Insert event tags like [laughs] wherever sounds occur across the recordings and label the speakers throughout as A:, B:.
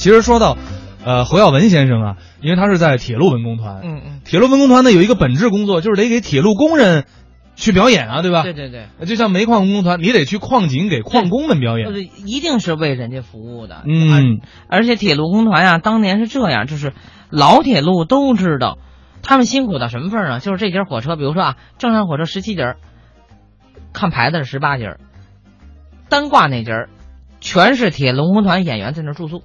A: 其实说到，呃，侯耀文先生啊，因为他是在铁路文工团，
B: 嗯嗯，
A: 铁路文工团呢有一个本质工作，就是得给铁路工人去表演啊，对吧？
B: 对对对，
A: 就像煤矿文工团，你得去矿井给矿工们表
B: 就
A: 演。
B: 是一定是为人家服务的。
A: 嗯，
B: 而且铁路工团呀、当年是这样，就是老铁路都知道，他们辛苦到什么份儿上？就是这节火车，比如说啊，正常火车十七节儿，看牌子是十八节儿，单挂那节儿，全是铁路工团演员在那儿住宿，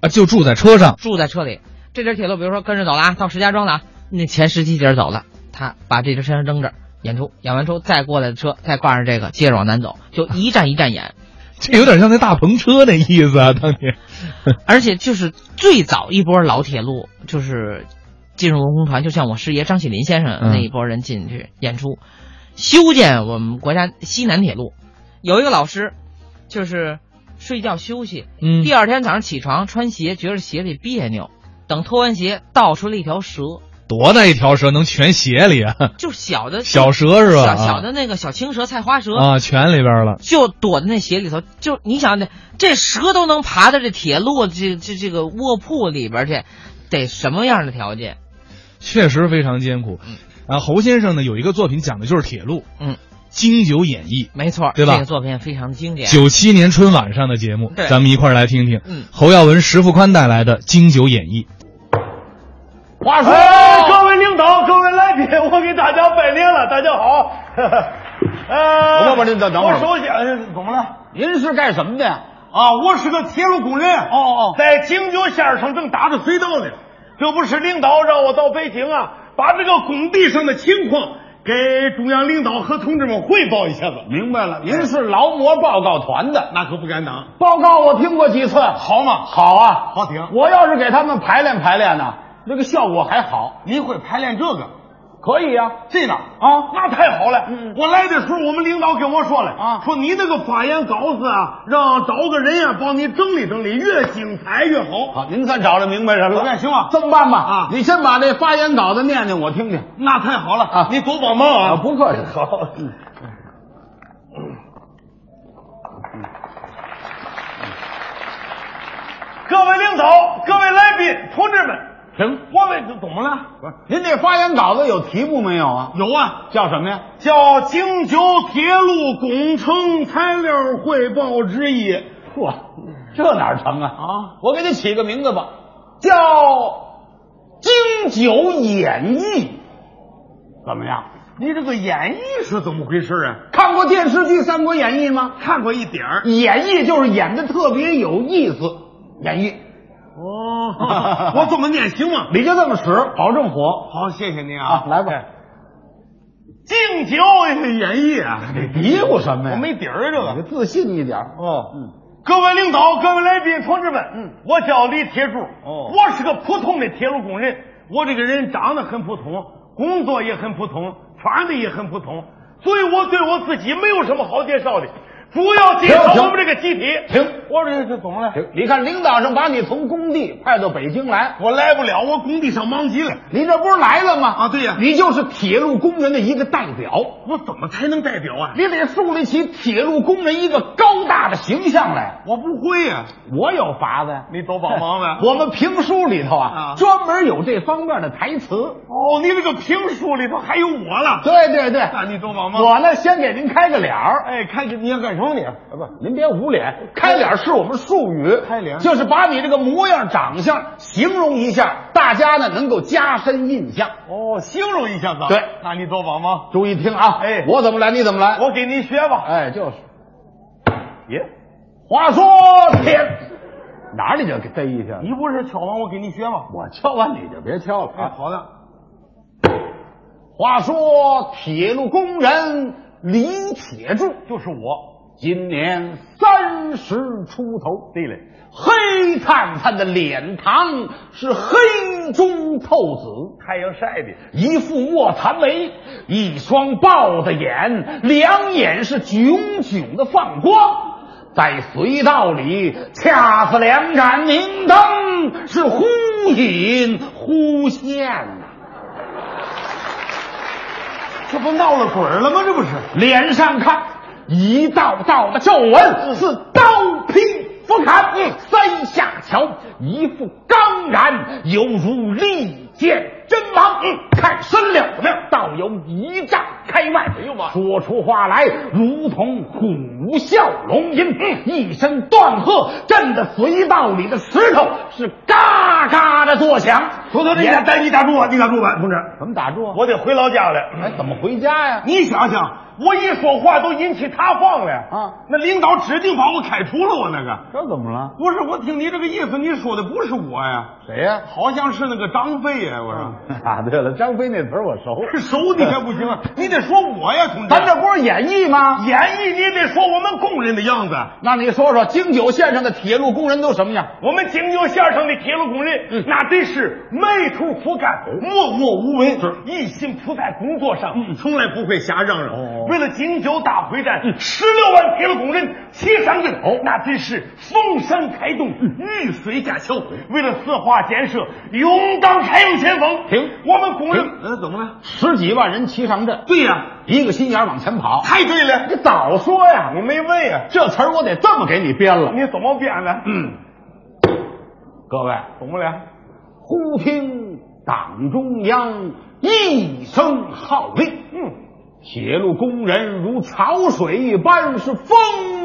A: 啊，就住在车上。
B: 住在车里。这节铁路，比如说跟着走了啊，到石家庄了啊，那前十七节儿走了，他把这节车厢扔这儿演出，演完出再过来的车再挂上这个，接着往南走，就一站一站演。
A: 这有点像那大篷车那意思啊，当年。
B: 而且就是最早一波老铁路，就是进入文工团，就像我师爷张起林先生
A: 嗯
B: 那一波人进去演出，修建我们国家西南铁路。有一个老师，就是睡觉休息，
A: 嗯
B: 第二天早上起床穿鞋，觉着鞋里别扭，等脱完鞋倒出了一条蛇，
A: 多大一条蛇能全鞋里啊？
B: 就是小的
A: 小蛇啊是吧？
B: 嗯小小的那个小青蛇、菜花蛇。
A: 啊，全里边了。
B: 就躲在那鞋里头，就你想那这蛇都能爬到这铁路这这这个卧铺里边去，得什么样的条件？
A: 确实非常艰苦
B: 嗯。
A: 啊，侯先生呢有一个作品讲的就是铁路，
B: 嗯，
A: 经久演绎。
B: 没错，
A: 对吧
B: 这个作品非常经典。
A: 九七年春晚上的节目，
B: 对
A: 咱们一块儿来听听。
B: 嗯
A: 侯耀文、石富宽带来的《京九演绎》。
C: 话说、
D: 哎，各位领导，各位来宾，我给大家拜年了，大家好。 [laughs] 呃，
C: 我不是等等会儿
D: 我首先哎怎么了？
C: 您是干什么的？
D: 啊，我是个铁路工人。哦
C: 哦
D: 在京九线上正打着隧道呢。这不是领导让我到北京啊，把这个工地上的情况给中央领导和同志们汇报一下子。
C: 明白了，您是劳模报告团的。
D: 那可不敢当，
C: 报告我听过几次，好吗？好啊，
D: 好听
C: 我要是给他们排练排练呢，那个效果还好，
D: 您会排练这个？
C: 可以呀、啊。
D: 这个
C: 啊
D: 那太好了。
C: 嗯
D: 我来的时候，我们领导跟我说了
C: 啊
D: 说你那个发言稿子啊，让找个人呀、帮你整理整理，越精彩越好。
C: 好，您算找着明白人了。
D: 哎行吧
C: 这么办吧
D: 啊
C: 你先把这发言稿子念念我听听。
D: 那太好了
C: 啊
D: 你多帮忙啊！
C: 啊，不客气。
D: [laughs] 好，嗯各位领导、各位来宾、同志们，
C: 行，
D: 我们这怎么了？
C: 不是您这发言稿子有题目没有啊？
D: 有啊，
C: 叫什么呀？
D: 叫《京九铁路工程材料汇报之一》，
C: 嚯，这哪儿成啊？
D: 啊，
C: 我给你起个名字吧，叫《京九演绎》，怎么样？
D: 你这个演绎是怎么回事啊？
C: 看过电视剧《三国演义》吗？
D: 看过一点儿。
C: 演绎就是演的特别有意思，演绎
D: 哦 [laughs] 我这么念行吗？
C: 你就这么使，保证火
D: 好，谢谢您
C: 啊！
D: 啊。
C: 来吧，
D: 敬酒演绎啊，
C: 你嘀咕什么呀？
D: 我没底儿啊，这个
C: 你。自信一点哦。嗯，
D: 各位领导、各位来宾、同志们，嗯，我叫李铁柱，
C: 哦
D: 我是个普通的铁路工人，我这个人长得很普通，工作也很普通，穿的也很普通，所以我对我自己没有什么好介绍的，主要介绍
C: 停停
D: 我们这个集体。
C: 停
D: 我这这怎么了？
C: 行你看领导上把你从工地派到北京来，
D: 我来不了，我工地上忙极了，
C: 你这不是来了吗？
D: 啊对呀
C: 你就是铁路工人的一个代表。
D: 我怎么才能代表啊？
C: 你得树立起铁路工人一个高大的形象来。
D: 我不会呀、
C: 我有法子呀，
D: 你多帮忙呗
C: [laughs] 我们评书里头啊
D: 啊，
C: 专门有这方面的台词。
D: 哦，你这个评书里头还有我了，
C: 对对对，
D: 那你多帮忙。
C: 我呢先给您开个脸儿。
D: 哎，看见你要干什么你？
C: 啊不，您别捂脸，开脸是我们术语，
D: 开脸
C: 就是把你这个模样、长相形容一下，大家呢能够加深印象。
D: 哦，形容一下子。
C: 对
D: 那你多帮忙。
C: 注意听啊，
D: 哎
C: 我怎么来你怎么来，
D: 我给您学吧。
C: 哎，就是。
D: 耶，
C: 话说天，哪儿你就给逮一下？
D: 你不是挑完我给你学吗？
C: 我敲完你就别敲了
D: 哎，
C: 啊！
D: 好的。
C: 话说铁路工人李铁柱，就是我，今年三十出头。对了，黑灿灿的脸庞是黑中透紫，
D: 太阳晒的，
C: 一副卧蚕眉，一双豹子眼，两眼是炯炯的放光。在隧道里恰似两盏明灯，是忽隐忽现啊呐、
D: 这不闹了鬼儿了吗？这不是？
C: 嗯脸上看一道道的皱纹，似刀劈俯瞰，三下桥，一副刚然，犹如利剑真芒。看深了呢，倒有一丈开外。哎呦妈！说出话来如同虎啸龙吟，一声断喝，震得隧道里的石头是嘎嘎的作响。
D: 头头，你打，打你打住啊我，你打住我，同志，
C: 怎么打住啊？
D: 我得回老家了。
C: 哎，怎么回家呀？
D: 你想想，我一说话都引起他放了呀
C: 啊
D: 那领导指定把我开除了，我那个
C: 这怎么了？
D: 不是，我听你这个意思，你说的不是我呀，
C: 谁呀、
D: 好像是那个张飞呀，我说。
C: [laughs] 啊，对了，张飞那词儿我熟，
D: 手你还不行啊，你得说我呀，同志。
C: 咱这不是演绎吗？
D: 演绎，你得说我们工人的样子。
C: 那你说说京九线上的铁路工人都什么样？
D: 我们京九线上的铁路工人，那真是埋头苦干，默默无闻，一心扑在工作上，嗯从来不会瞎嚷嗯嚷。为了京九大会战，十六万铁路工人齐上阵，那真是逢山开洞，遇水架桥。为了四化建设，勇当开路先锋。
C: 停
D: 我们工人
C: 停，
D: 呃，怎么了？
C: 十几万人齐上阵，
D: 对呀、
C: 一个心眼儿往前跑。
D: 太对了，
C: 你早说呀！
D: 你没问呀、
C: 这词儿我得这么给你编了。
D: 你怎么编的？嗯，
C: 各位，
D: 怎么了？
C: 忽听党中央一声号令，
D: 嗯，
C: 铁路工人如潮水一般是蜂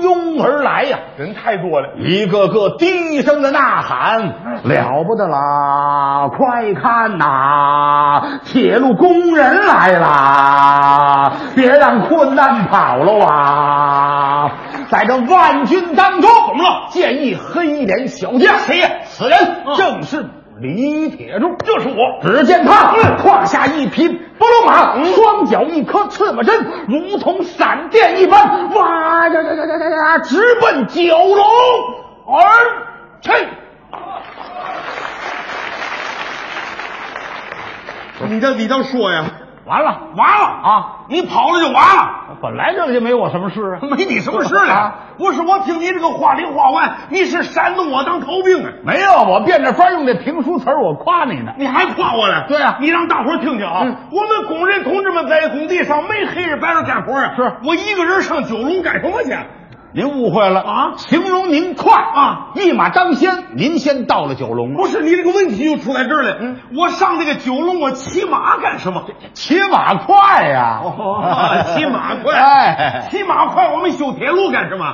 C: 拥而来呀、
D: 人太多了。
C: 一个个低声的呐喊，了不得啦！快看呐、铁路工人来啦！别让困难跑了啊！在这万军当中，怎么了？见一黑脸小将，谁呀？此人正是李铁柱，就是我。只见他胯下一匹不龙马，双脚一颗刺马针，如同闪电一般，哇呀呀呀呀呀呀，直奔九龙而去。
D: 你这你倒说呀，
C: 完了，完了啊！
D: 你跑了就完了，
C: 本来这里就没我什么事啊，
D: 没你什么事
C: 啊 [laughs]
D: 了。不是我听你这个话里话外，你是煽动我当逃兵啊，
C: 没有我变着法儿用这评书词儿，我夸你呢。
D: 你还夸我了？
C: 对啊
D: 你让大伙儿听听啊，
C: 嗯
D: 我们工人同志们在工地上没黑夜白日干活啊，
C: 是
D: 我一个人上九龙干什么去？
C: 您误会了
D: 啊
C: 形容您快
D: 啊，
C: 一马当先，您先到了九龙了。
D: 不是你这个问题就出在这儿了。
C: 嗯
D: 我上这个九龙，我骑马干什
C: [laughs]
D: 么？
C: 骑马快呀、 [laughs]
D: 哦， [laughs] 骑马快，
C: 哎，
D: 骑马快，我们修铁路干什么？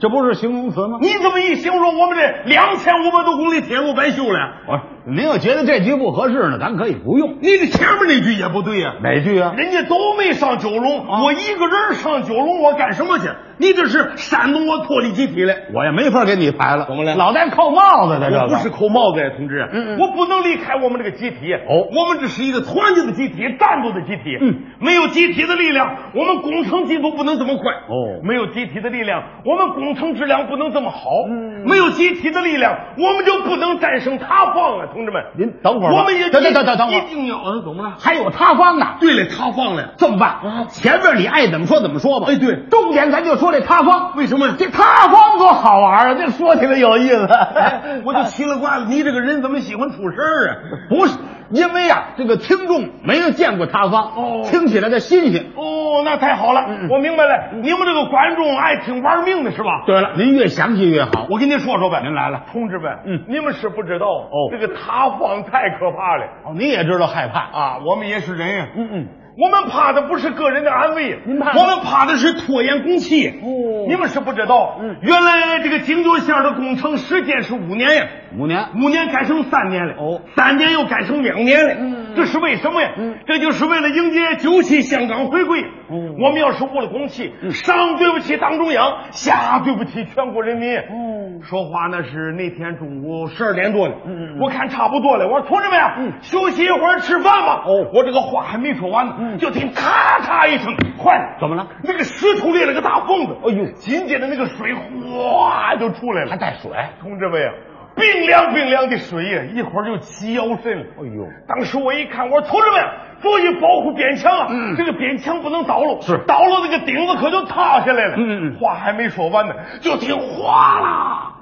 C: 这不是形容词吗？
D: 你这么一形容，我们这两千五百多公里铁路白修了。
C: 我说，您要觉得这句不合适呢，咱可以不用。
D: 你这前面那句也不对呀、
C: 哪句啊？
D: 人家都没上九龙，我一个人上九龙，我干什么去？你这是煽动我脱离集体了。
C: 我也没法给你排了，
D: 怎么了
C: 老戴扣帽子的这
D: 我
C: 个
D: 不是扣帽子呀，同志，啊
C: 嗯嗯
D: 我不能离开我们这个集体。
C: 哦
D: 我们这是一个团结的集体，战斗的集体。
C: 嗯，
D: 没有集体的力量，我们工程进度不能这么快。
C: 哦
D: 没有集体的力量，我们工程质量不能这么好。嗯，没有集体的力量，我们就不能战胜塌方啊，同志们。
C: 您等会儿吧，
D: 我们也
C: 等等等等等会
D: 一
C: 儿，
D: 定要嗯，怎么了？
C: 还有塌方呢。
D: 对了，塌方了。
C: 这么办，前面你爱怎么说怎么说吧。
D: 哎对
C: 重点咱就说这塌方，
D: 为什么呀
C: 这塌方多好玩啊！这说起来有意思。
D: 哎，
C: [laughs]
D: 我就奇了怪了，你这个人怎么喜欢出事儿啊？
C: 不是，因为啊，这个听众没有见过塌方，
D: 哦
C: 听起来的新鲜。嗯
D: 哦，那太好了，我明白了，你们这个观众爱听玩命的是吧？
C: 对了，您越详细越好。
D: 我跟您说说呗，
C: 您来了，
D: 同志们，
C: 嗯
D: 你们是不知道，
C: 哦
D: 这个塌方太可怕了
C: 哦，你也知道害怕。
D: 啊！我们也是人呀，
C: 嗯嗯，
D: 我们怕的不是个人的安危，
C: 您怕
D: 我们怕的是拖延工期。
C: 哦
D: 你们是不知道，
C: 嗯
D: 原来这个京九线的工程时间是五年呀，
C: 五年。
D: 五年改成三年了，
C: 哦
D: 三年又改成两年了，
C: 嗯
D: 这是为什么呀？
C: 嗯
D: 这就是为了迎接九七香港回归。
C: 哦嗯
D: 我们要是误了工期，上对不起党中央，下对不起全国人民。
C: 哦
D: 说话那是那天中午十二点多了，
C: 嗯嗯嗯
D: 我看差不多了，我说同志们呀，
C: 嗯
D: 休息一会儿吃饭吧。
C: 哦
D: 我这个话还没说完呢，
C: 嗯
D: 就听咔嚓一声，坏了，
C: 怎么了？
D: 那个石头裂了个大缝子，
C: 哎呦
D: 紧接着那个水哗就出来了，
C: 还带水。
D: 同志们呀，冰凉冰凉的水呀，一会儿就齐腰身了。
C: 哎呦
D: 当时我一看，我说同志们注意保护边墙啊，
C: 嗯
D: 这个边墙不能倒了，
C: 是
D: 倒了这个顶子可就塌下来了。
C: 嗯嗯嗯
D: 话还没说完呢，就听哗啦，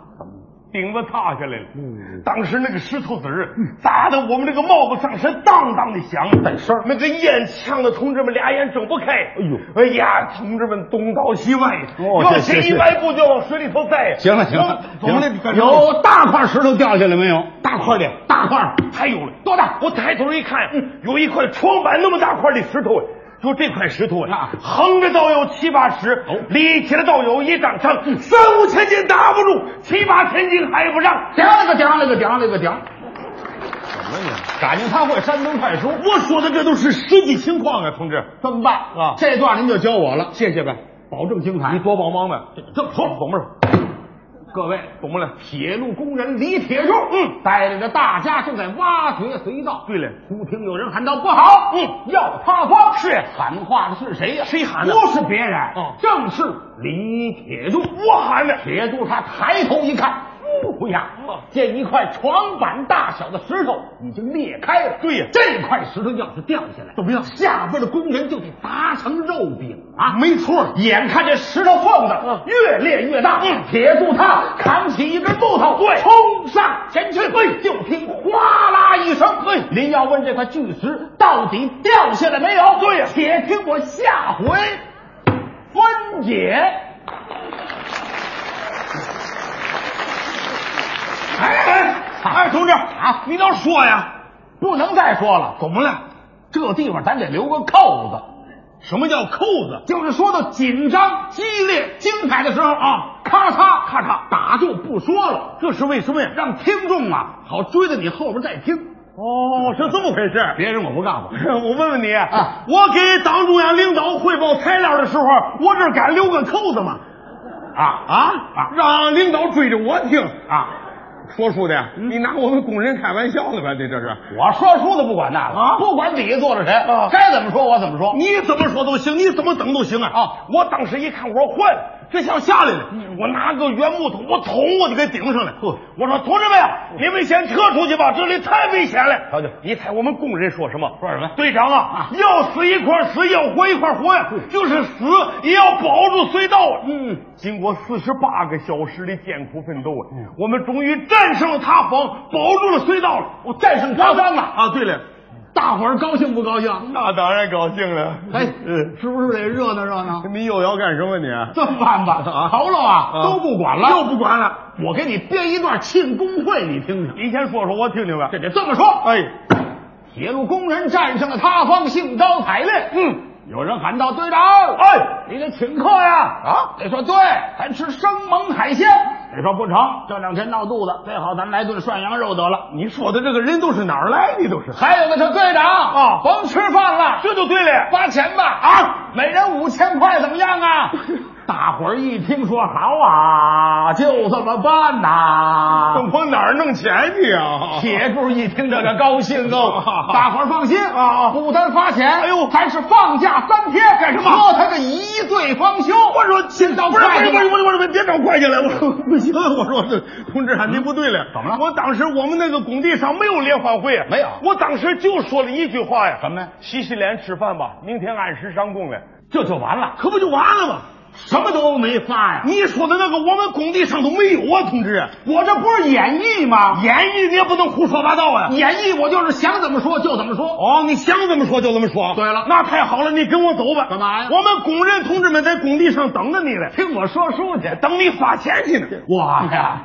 D: 顶子塌下来了。
C: 嗯
D: 当时那个石头子儿砸的我们这个帽子上是当当的响，带声那个烟呛的同志们俩眼睁不开。哎
C: 呦，
D: 哎呀，同志们东倒西歪，
C: 哦
D: 往
C: 是
D: 前
C: 是
D: 一歪步就往水里头栽。
C: 行了行了，
D: 我们
C: 行
D: 那
C: 了有大块石头掉下来没有？
D: 大块的，大块儿还有了，多大？我抬头一看，
C: 嗯
D: 有一块窗板那么大块的石头哎，就这块石头
C: 啊
D: 啊，横着倒有七八十，
C: 哦
D: 立起来倒有一丈长，
C: 嗯
D: 三五千斤打不住，七八千斤还不让。
C: 顶了个顶了个顶了个顶。什么呀？感情他会山东快书，
D: 我说的这都是实际情况啊，同志。
C: 这么办
D: 啊
C: 这段您就教我了，谢谢呗，保证精彩。
D: 你多帮忙呗，这好，懂不懂？
C: 各位，
D: 懂不了。
C: 铁路工人李铁柱，
D: 嗯
C: 带领着大家正在挖掘隧道。
D: 对了
C: 忽听有人喊道：“不好！”
D: 嗯
C: 要塌方。
D: 是
C: 喊话的是谁呀、
D: 谁喊的
C: 不是别人，
D: 哦
C: 正是李铁柱。
D: 我喊的哦
C: 铁柱他抬头一看，呼呀
D: 哇，
C: 见一块床板大小的石头已经裂开了。
D: 对呀
C: 这块石头要是掉下来，
D: 怎么样
C: 下边的工人就得砸成肉饼啊！
D: 没错
C: 眼看这石头缝
D: 嗯
C: 子越裂越大，
D: 嗯
C: 铁柱他扛起一根木头，
D: 对
C: 冲上前去，哎，就听哗啦一声，哎，您要问这块巨石到底掉下来没有？对呀，且听我下回分解。
D: 哎哎哎，同志啊，你倒说呀，
C: 不能再说了，
D: 怎么了？
C: 这地方咱得留个扣子。
D: 什么叫扣子？
C: 就是说到紧张、激烈、精彩的时候啊，咔嚓咔嚓打就不说了，
D: 这是为什么呀？
C: 让听众啊好追到你后边再听。
D: 哦，是这么回事。
C: 别人我不告诉你，
D: [laughs] 我问问你
C: 啊
D: 我给党中央领导汇报材料的时候，我这儿敢留个扣子吗？
C: 啊啊
D: 让领导追着我听。
C: 啊啊！
D: 说书的，你拿我们工人开玩笑呢吧？这这是，
C: 我说书的不管那个，
D: 啊
C: 不管底下坐着谁，
D: 啊
C: 该怎么说我怎么说。
D: 你怎么说都行，你怎么整都行啊！嗯
C: 啊
D: 我当时一看，我说坏了，这下下来了，我拿个圆木头，我捅我就给顶上了。我说同志们啊，你们先撤出去吧，这里太危险了。
C: 瞧瞧
D: 你猜我们工人说什么？
C: 说什么
D: 队长啊，嗯要死一块儿死，要活一块儿活呀，就是死也要保住隧道啊。
C: 嗯，
D: 经过四十八个小时的艰苦奋斗啊，我们终于战胜了塌方，保住了隧道了。
C: 我战胜高山了，
D: 啊，对了，
C: 大伙儿高兴不高兴？
D: 那当然高兴了。
C: 哎，
D: 嗯，
C: 是不是得热闹热闹？
D: 你又要干什么你？
C: 这么办吧，头了啊，都不管了，
D: 啊又不管了。
C: 我给你编一段庆功会，你听听。
D: 你先说说，我听听呗
C: 这。得这么说，
D: 哎，
C: 铁路工人战胜了塌方，兴高采烈。
D: 嗯，
C: 有人喊道：“队长，
D: 哎，
C: 你得请客呀！”啊，得说对，咱吃生猛海鲜。得说不成，这两天闹肚子，最好咱来顿涮羊肉得了。
D: 你说的这个人都是哪儿来的？都是，
C: 还有的说队长
D: 啊
C: 甭吃饭了，
D: 这就对了。
C: 花钱吧啊，每人五千块，怎么样 [laughs] 啊？大伙儿一听说好啊，就这么办呐、 [laughs]
D: 等跑哪儿弄钱去啊？，
C: 铁柱一听这个高兴哦 [laughs] 大伙儿放心啊，不单发钱，哎呦，还是放假三天，干什么？喝他个一醉方休。我说先到
D: 不是，
C: 会
D: 不
C: 计
D: 是，
C: 吧
D: 不是，不是，不是，别找会计了，我不行，我说这同志啊，您不对了，
C: 嗯怎么了
D: 我当时我们那个工地上没有联欢会，啊
C: 没有
D: 我当时就说了一句话呀，
C: 什么呀
D: 洗洗脸吃饭吧，明天按时上工了，
C: 这就完了，
D: 可不就完了吗？
C: 什么都没发呀。
D: 你说的那个我们工地上都没有啊，同志，
C: 我这不是演绎吗？
D: 演绎你也不能胡说八道啊。
C: 演绎我就是想怎么说就怎么说。
D: 哦，你想怎么说就怎么说。
C: 对了
D: 那太好了，你跟我走吧。
C: 干嘛呀
D: 我们工人同志们在工地上等着你嘞，
C: 听我说书去，
D: 等你发钱去呢。
C: 我呀，